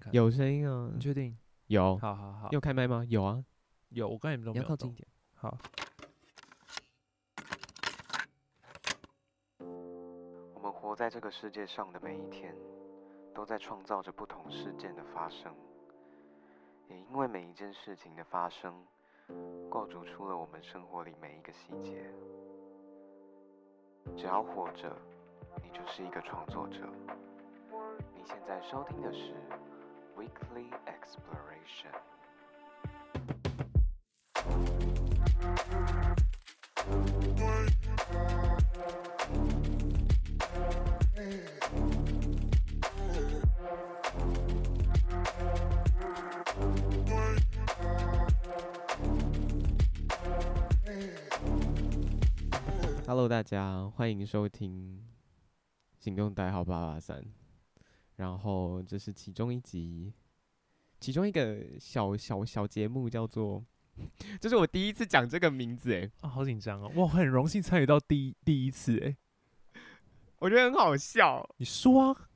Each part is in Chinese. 看。有声音啊你，确定？有。好好好你，有开麦吗？有啊，有我刚才都你没要有靠近一动。点。好，我们活在这个世界上的每一天，都在创造着不同事件的发生，也因为每一件事情的发生，构筑出了我们生活里每一个细节。只要活着，你就是一个创作者。你现在收听的是 Weekly Exploration。 Hello，大家欢迎收听《行动代号八八三》，然后这是其中一集，其中一个小小小节目叫做， 这是我第一次讲这个名字欸诶，啊，好紧张哦！哇，很荣幸参与到第一第一次哎，我觉得很好笑，你说啊，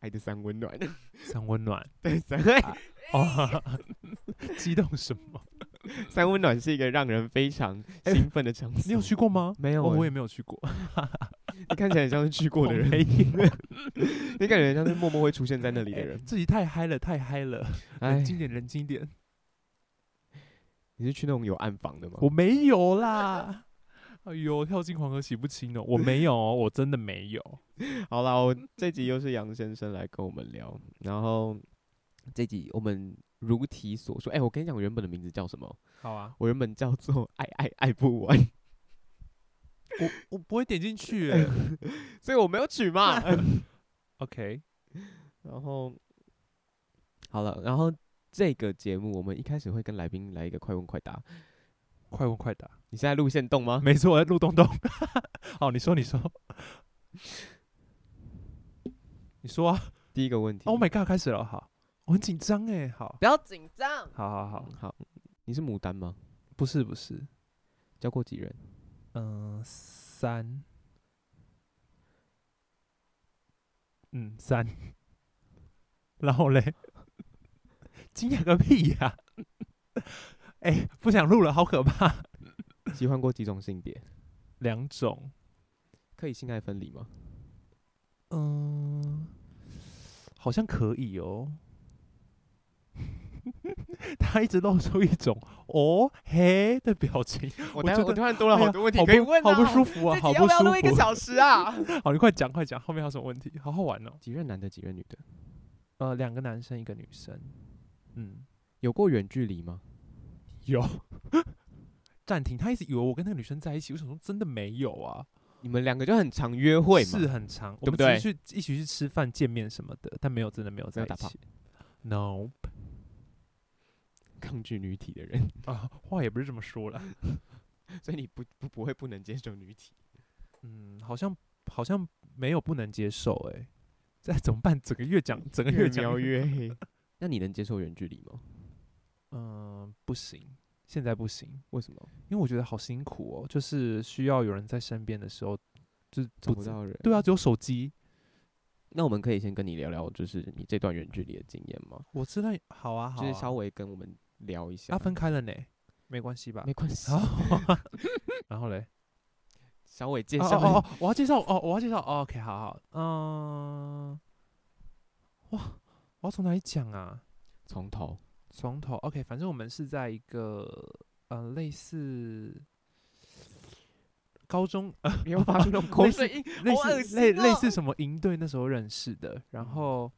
爱的三温暖， 三温暖对 三爱哦， 激动什么？三温暖是一个让人非常哎兴奋的场所。你有去过吗？没有哦欸、我也没有去过。你看起来很像是去过的人， 你感觉像是默默会出现在那里的哎 人。自己太嗨了，太嗨了，哎冷，静点，冷静点。你是去那种有暗房的吗？我没有啦。哎呦，跳进黄河洗不清哦！我没有哦，我真的没有。好啦，我这集又是杨先生来跟我们聊，然后这集我们如题所说，哎、我跟你讲，我原本的名字叫什么？好啊，我原本叫做“爱爱爱不完 我我不会点进去哎耶。”，所以我没有取嘛。 OK，然后好了，然后这个节目我们一开始会跟来宾来一个快问快答。快问快答。你现在路线 动吗？没错，我在录东东。好，你说，你说，你说啊第一个问题。 ！Oh my god，开始了，好，我很紧张哎，好，不要紧张。好好好，好，你是牡丹吗？不是不是，教过几人？嗯、三，嗯，三，然后嘞，惊讶个屁呀、 哎、不想录了，好可怕。喜欢过几种性别？两种，可以性爱分离吗？嗯，好像可以哦。 他一直露出一种 “哦嘿”的表情，我我待觉会我得突然多了哎呀好多问题好可以不问好不啊舒服啊，这好集不舒要不要录一个服。小时啊？ 好，你快讲，快讲，后面还有什么问题？好好玩哦。 几任男的，几任女的？呃，两个男生，一个女生，嗯，有过远距离吗？有 暂停。他一直以为我跟那个女生在一起，我想说真的没有啊，你们两个就很常约会嘛？是很长，我对们不只是去一起去吃饭、见面什么的，但没有真的没有在打一炮起。No， 抗拒女体的人，啊，话也不是这么说了。所以你不不不会不能接受女体。嗯，好像好像没有不能接受哎、欸，这怎么办？整个越讲整 个越讲描越黑。那你能接受远距离吗？嗯，不行，现在不行，为什么因为我觉得好辛苦哦，就是需要有人在身边的时候，就是找不不知到人？对啊，只有手机。那我们可以先跟你聊聊，就是你这段远距离的经验吗？我知道，好啊，好就啊，是稍微跟我们聊一下。他分开了啊呢，没关系 吧？没关系，好，然后 嘞，稍微介哦绍。哦哦，我要介绍哦，我要介绍、哦、，OK，好好，嗯，哇，我要从哪里讲啊？从头，从头，OK，反正我们是在一个呃类似高中 呃你又发出那种口类似水音，类好恶似心类类哦似什么营队那时候认识的，嗯然后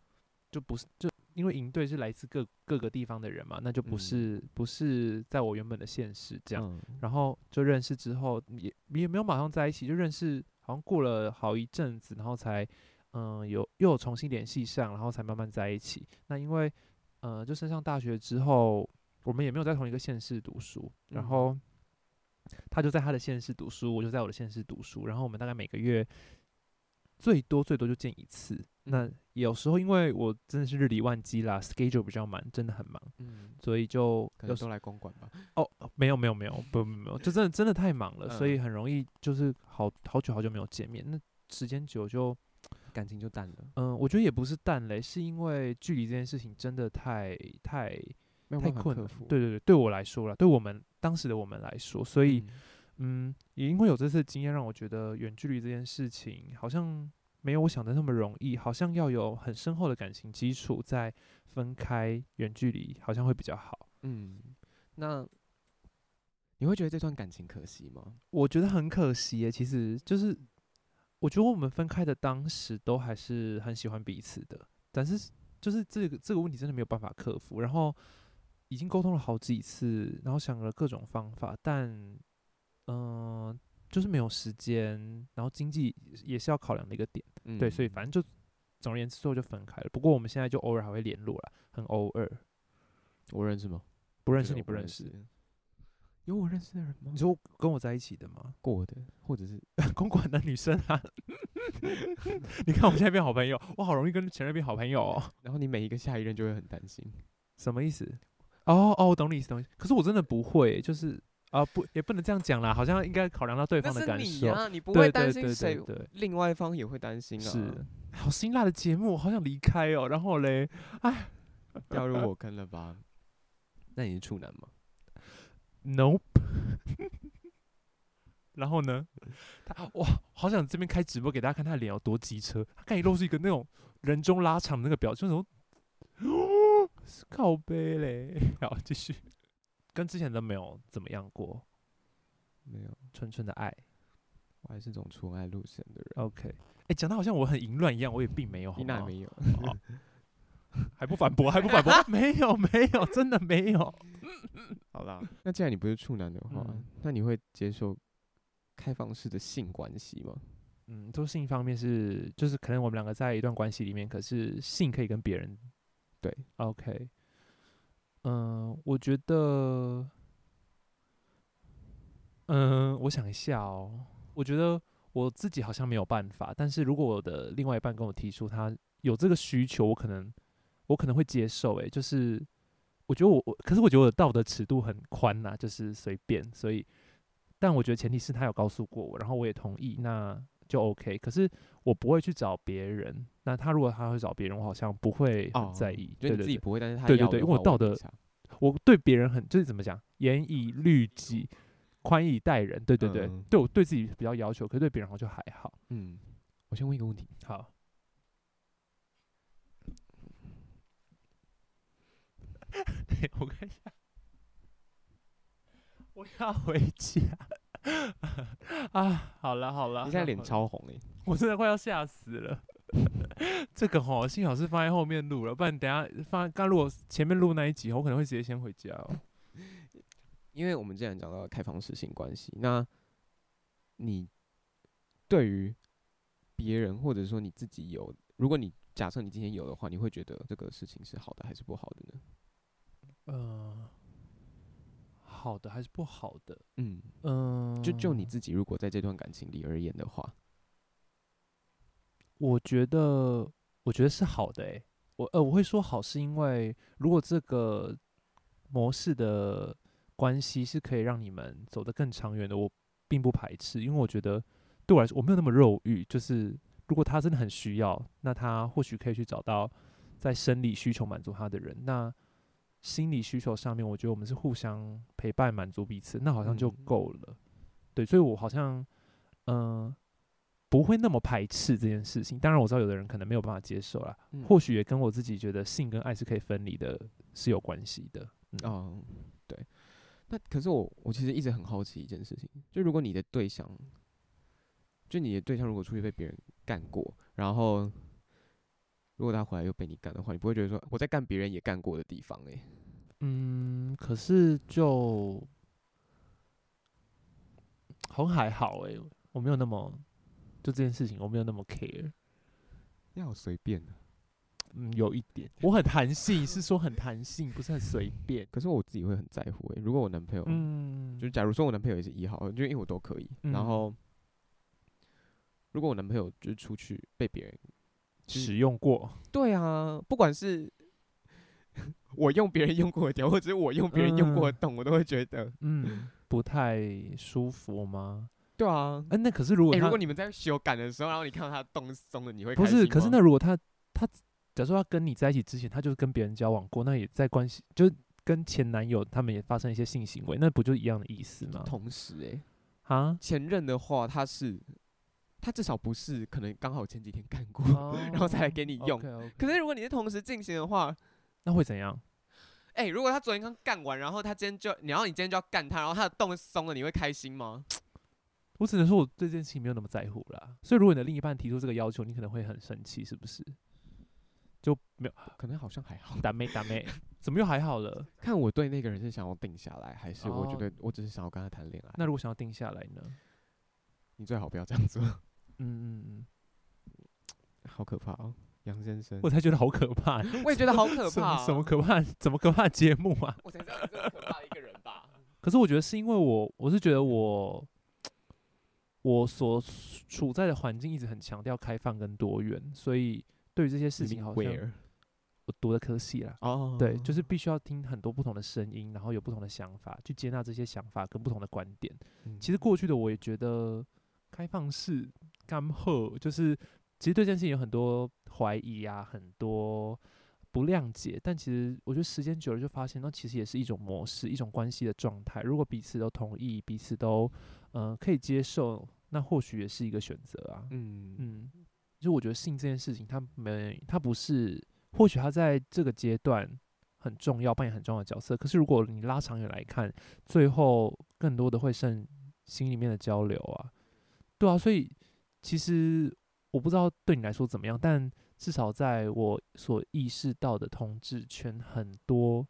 就不是就因为营队是来自各各个地方的人嘛，那就不嗯是、不是在我原本的县市这样，嗯然后就认识之后也也没有马上在一起，就认识好像过了好一阵子，然后才嗯有又有重新联系上，然后才慢慢在一起。那因为呃就升上大学之后，我们也没有在同一个县市读书，然嗯后他就在他的县市读书，我就在我的县市读书，然后我们大概每个月最多最多就见一次。那嗯有时候因为我真的是日理万机啦，schedule 比较满，真的很忙，嗯，所以就可有能时都来公馆吧。哦，没有没有没有，不不没有，就真的真的嗯太忙了，所以很容易就是好好久好久没有见面。那时间久就感情就淡了。嗯，我觉得也不是淡嘞，是因为距离这件事情真的太太没有太办法困克难服。对对对，对我来说了，对我们当时的我们来说，所以嗯，嗯也因为有这次经验，让我觉得远距离这件事情好像没有我想的那么容易，好像要有很深厚的感情基础再分开远距离，好像会比较好。嗯，那你会觉得这段感情可惜吗？我觉得很可惜耶，其实就是我觉得我们分开的当时都还是很喜欢彼此的，但是就是这个这个问题真的没有办法克服，然后已经沟通了好几次，然后想了各种方法，但嗯、呃就是没有时间，然后经济也是要考量的一个点，嗯，对，所以反正就总而言之最后就分开了。不过我们现在就偶尔还会联络啦，很偶尔，我认识吗？不认这识个你我不认识。，有我认识的人吗你？说跟我在一起的吗？过的，或者是公馆的女生啊。 你看我们现在变好朋友，我好容易跟前任变好朋友哦。然后你每一个下一任就会很担心。什么意思？哦哦，我懂你意思，懂你意思。可是我真的不会，就是啊，不也不能这样讲啦，好像应该考量到对那方的是感你受。呀、你不对会对担对心对谁，对另外一方也会担心啊。是，好辛辣的节目，好想离开哦。然后嘞，掉入我坑了 吧？那你是处男吗？ Nope 。然后呢？他哇，好想这边开直播给大家看他的脸有多机车。他看你露出一个那种人中拉长的那个表情，那种是靠背嘞。好，继续。跟之前都没有怎么样过，没有，纯纯的爱。我还是种纯爱路线的人。 OK，哎、讲的好像我很淫乱一样，我也并没有，好你哪吗？没有？ 还不反驳，还不反驳， 没有，没有，真的没有。好啦，那既然你不是处男的话，嗯那你会接受开放式的性关系吗？嗯，都性方面是，就是可能我们两个在一段关系里面，可是性可以跟别人对，OK，嗯、我觉得，嗯、我想一下哦，我觉得我自己好像没有办法，但是如果我的另外一半跟我提出他有这个需求，我可能我可能会接受，诶，就是我觉得我我，可是我觉得我的道德尺度很宽呐、就是随便，所以，但我觉得前提是他有告诉过我，然后我也同意，那就 OK。可是我不会去找别人，那他如果他会找别人，我好像不会很在意，就对哦你对自己对，不会，但是他对对要对的因为我话道会德想我对别人很就是怎么讲，严以律己，宽以待人，对对对，嗯对我对自己比较要求，可是对别人好像就还好。嗯，我先问一个问题，好，对 我看一下，我要回家 啊！好了好了，你现在脸好了，超红欸诶、我真的快要吓死了。 这个吼，幸好是放在后面录了，不然等一下放刚如果前面录那一集，我可能会直接先回家哦。因为我们既然讲到开放式性关系，那你对于别人或者说你自己有，如果你假设你今天有的话，你会觉得这个事情是好的还是不好的呢？嗯、好的还是不好的？嗯，嗯、就就你自己，如果在这段感情里而言的话，我觉得，我觉得是好的诶、我呃，我会说好，是因为如果这个模式的关系是可以让你们走得更长远的，我并不排斥，因为我觉得对我来说，我没有那么肉欲。就是如果他真的很需要，那他或许可以去找到在生理需求满足他的人。那心理需求上面，我觉得我们是互相陪伴、满足彼此，那好像就嗯够了。对，所以我好像嗯、呃不会那么排斥这件事情。当然，我知道有的人可能没有办法接受啦，或许也跟我自己觉得性跟爱是可以分离的，是有关系的。嗯哦，对。那可是我，我其实一直很好奇一件事情，就如果你的对象，就你的对象如果出去被别人干过，然后如果他回来又被你干的话，你不会觉得说我在干别人也干过的地方诶、欸嗯，可是就好像还好诶、我没有那么就这件事情，我没有那么 care。你好随便啊！嗯，有一点，我很弹性，是说很弹性，不是很 随便。可是我自己会很在乎欸诶、如果我男朋友，嗯，就假如说我男朋友也是一号，就因为我都可以，然嗯后如果我男朋友就是出去被别人使用过，对啊，不管是 我用别人用过的点，嗯或者是我用别人用过的洞，我都会觉得嗯，不太舒服吗？对啊，哎、那可是如果哎、他、如果你们在修改的时候，然后你看到他动松了，你会不开是，心可是吗那如果他他假如说他跟你在一起之前，他就是跟别人交往过，那也在关系就是跟前男友他们也发生一些性行为，那不就一样的意思吗？同时哎、啊，前任的话，他是他至少不是可能刚好前几天干过，然 然后再来给你用。 o 可是如果你是同时进行的话， 那会怎样？哎、如果他昨天刚干完，然后他今天就，然后你今天就要干他，然后他的洞松了，你会开心吗？我只能说我对这件事情没有那么在乎啦。所以如果你的另一半提出这个要求，你可能会很生气，是不是？就没有可能好像还好， 打妹打妹，怎么又还好了？看我对那个人是想要定下来，还是我觉哦得我只是想要跟他谈恋爱。那如果想要定下来呢？你最好不要这样做，嗯嗯嗯，好可怕哦，杨先生我。才觉得好可怕， 我也觉得好可什怕、啊哦么什么可怕？怎么可怕的节目啊？我才知道你这么可怕的一个人 吧。可是我觉得是因为我，我是觉得我，我所处在的环境一直很强调开放跟多元，所以对于这些事情好像我读的科系啦，哦，对，就是必须要听很多不同的声音，然后有不同的想法，去接纳这些想法跟不同的观点。嗯其实过去的我也觉得开放式干后就是其实对这件事情有很多怀疑啊，很多不谅解。但其实我觉得时间久了就发现，那其实也是一种模式，一种关系的状态。如果彼此都同意，彼此都嗯、呃可以接受，那或许也是一个选择啊。嗯嗯嗯，就我觉得性这件事情，它没，它不是，或许它在这个阶段很重要，扮演很重要的角色。可是如果你拉长远来看，最后更多的会剩心里面的交流啊，对啊。所以其实我不知道对你来说怎么样，但至少在我所意识到的同志圈，很多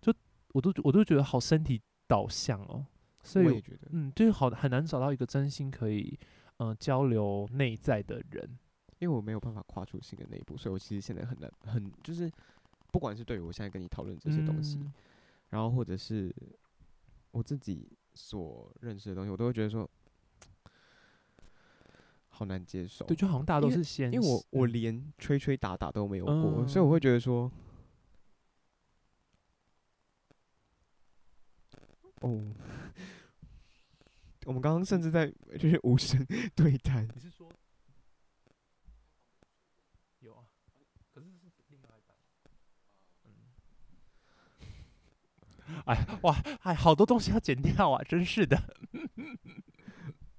就我都我都觉得好身体导向哦，所以我也觉得，嗯，就是好很难找到一个真心可以嗯、呃交流内在的人。因为我没有办法跨出性的那一步，所以我其实现在很难，很就是，不管是对于我现在跟你讨论这些东西，嗯然后或者是我自己所认识的东西，我都会觉得说，好难接受。对，就好像大家都是先，因为我我连吹吹打打都没有过，所以嗯我会觉得说，哦，我们刚刚甚至在就是无声 对谈，你是说有啊？可是是另外一版。嗯，哎哇，哎，好多东西要剪掉啊，真是的。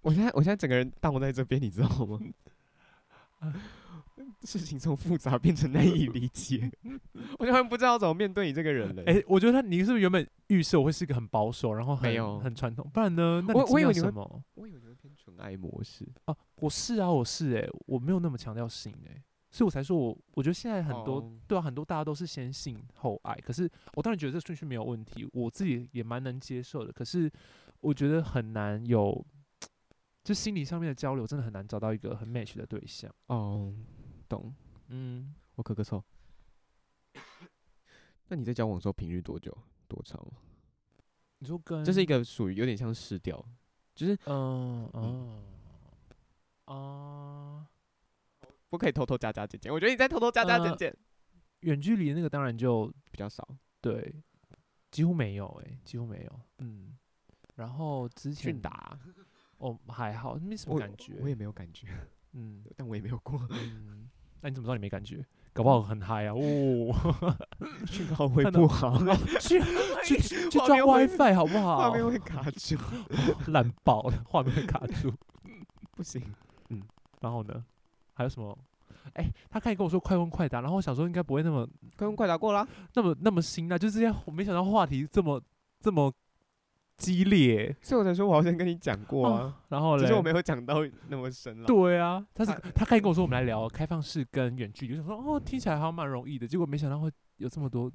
我现在我现在整个人荡在这边，你知道吗？啊 事情从复杂变成难以理解， 我突然不知道怎么面对你这个人了。哎、我觉得你是不是原本预设我会是一个很保守，然后很没有很传统，不然呢？那你我今我以为天要你什会么？我以为你会偏纯爱模式，哦、我是啊，我是哎、我没有那么强调性哎、所以我才说我我觉得现在很多哦对啊，很多大家都是先性后爱，可是我当然觉得这顺序没有问题，我自己也蛮能接受的。可是我觉得很难有，就心理上面的交流，真的很难找到一个很 match 的对象。哦，懂。嗯，我咳咳嗽。 那你在交往的时候频率多久？多长？啊你说跟这是一个属于有点像试调，就是嗯哦嗯啊不可以偷偷加加减减。我觉得你在偷偷加加减呃减远、距离的那个当然就比较少。对，几乎没有哎、几乎没有。嗯，然后之前俊达，哦还好，没什么我感觉。我也没有感觉，嗯但我也没有过。嗯，那你怎么知道你没感觉？搞嗯不好很嗨 啊！哦， 讯号会看到不好， 去去去画装面会 WiFi 好不画好？面会卡住，烂爆了，画面会卡住。不行。然后呢？还有什么？哎、他开始跟我说快问快答，然后我想说应该不会那么快 问快答过啦，那么那么辛辣，就这些我没想到话题这么这么激烈。所以我才说我好像跟你讲过啊，然后只嘞是，我没有讲到那么深了。对啊，他是他他开始跟我说我们来聊开放式跟远距离，我想说哦听起来好像蛮容易的，结果没想到会有这么多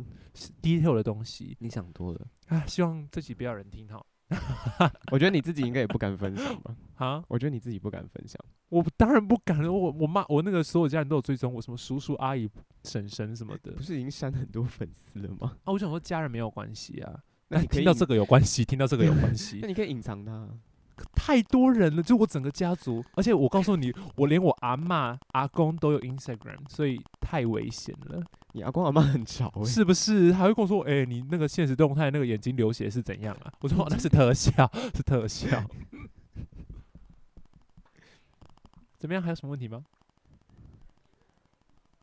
detail 的东西你想多了，啊！希望这集不要有人听好 我觉得你自己应该也不敢分享吧？啊。我觉得你自己不敢分享。我当然不敢了，我我妈我那个所有家人都有追踪我，什么叔叔阿姨、婶婶什么的哎不是已经删很多粉丝了吗？啊。我想说家人没有关系啊，那但你可以听到这个有关系，听到这个有关系 那，你可以隐藏它。啊太多人了，就我整个家族，而且我告诉你，我连我阿嬷、阿公都有 Instagram，所以太危险了，你阿公阿妈很潮哎、是不是？还会跟我说，哎、你那个现 实动态那个眼睛流血是怎样啊？我说、哦那是特效，是特效。怎么样？还有什么问题吗？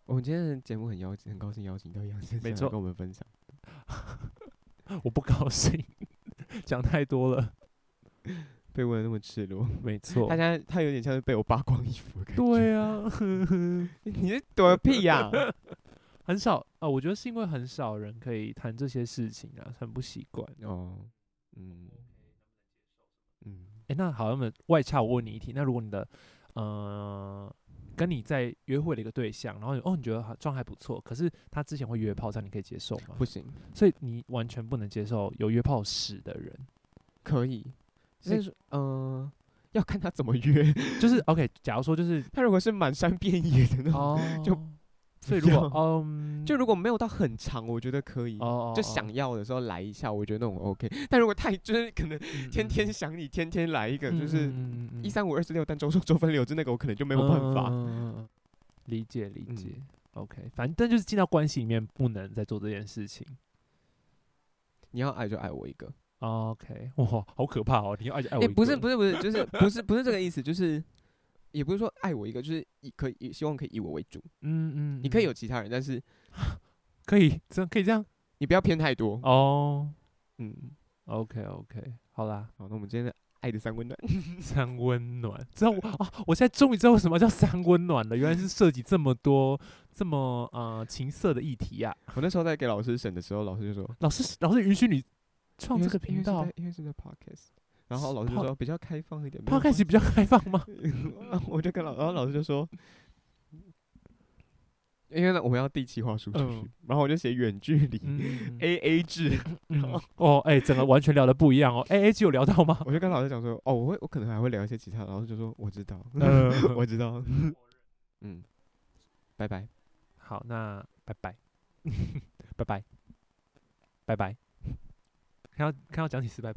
我们今天的节目很邀请，很高兴邀请到杨先没生来错跟我们分享。我不高兴，讲太多了。被问的那么赤裸，没错大，家他有点像是被我扒光衣服的感觉。哦对啊， 你这躲个屁呀、很少啊、我觉得是因为很少人可以谈这些事情啊，很不习惯。哦，嗯，嗯，诶，那好，那么外差，我问你一题，那如果你的呃跟你在约会的一个对象，然后你哦你觉得好状态不错，可是他之前会约炮，这样你可以接受吗不？行，所以你完全不能接受有约炮史的人，可以，所以但是嗯、呃要看他怎么约。 就是 OK。假如说就是他如果是满山遍野的那种，哦，就所以如不果嗯，就如果没有到很长，我觉得可以。哦就哦想要的时候来一下，我觉得那种 OK。但如果太就是可能嗯天嗯天想你，天天来一个，嗯就是嗯嗯嗯一三五二四六，但周周周分流之那个，我可能就没有办法。嗯嗯嗯嗯嗯理解理嗯解、o k 反正就是进到关系里面不能再做这件事情。你要爱就爱我一个， OK，哇， 好可怕哦！你要爱爱哎、我、不是不是，是不是，就是不是不是这个意思，就是也不是说爱我一个，就是以可以希望可以以我为主，嗯嗯，你可以嗯有其他人，但是可以这样可以这样你不要偏太多。哦。嗯， OK OK，好啦， 好，那我们今天的爱的三温暖，三温暖，知道我啊，我现在终于知道为什么叫三温暖了，原来是涉及这么多 这么呃情色的议题呀、啊。我那时候在给老师审的时候，老师就说老师老师允许你创因这为个是因频为是道在，因为是在 podcast，然后老师就 pod- 说比较开放一点，没有它开始关比较开放吗？系我就跟老，然后老师就说。因为呢，我们要第七话输出去，嗯然后我就写远距离、嗯， A A 制，嗯哦，哎、整个完全聊的不一样哦。哎、哎，只有聊到 吗？我就跟老师讲说，哦，我会，我可能还会聊一些其他，老师就说我知道， 呃我知道，嗯，拜拜， 好，那拜拜， 拜拜，拜拜。看到看到讲几次拜拜。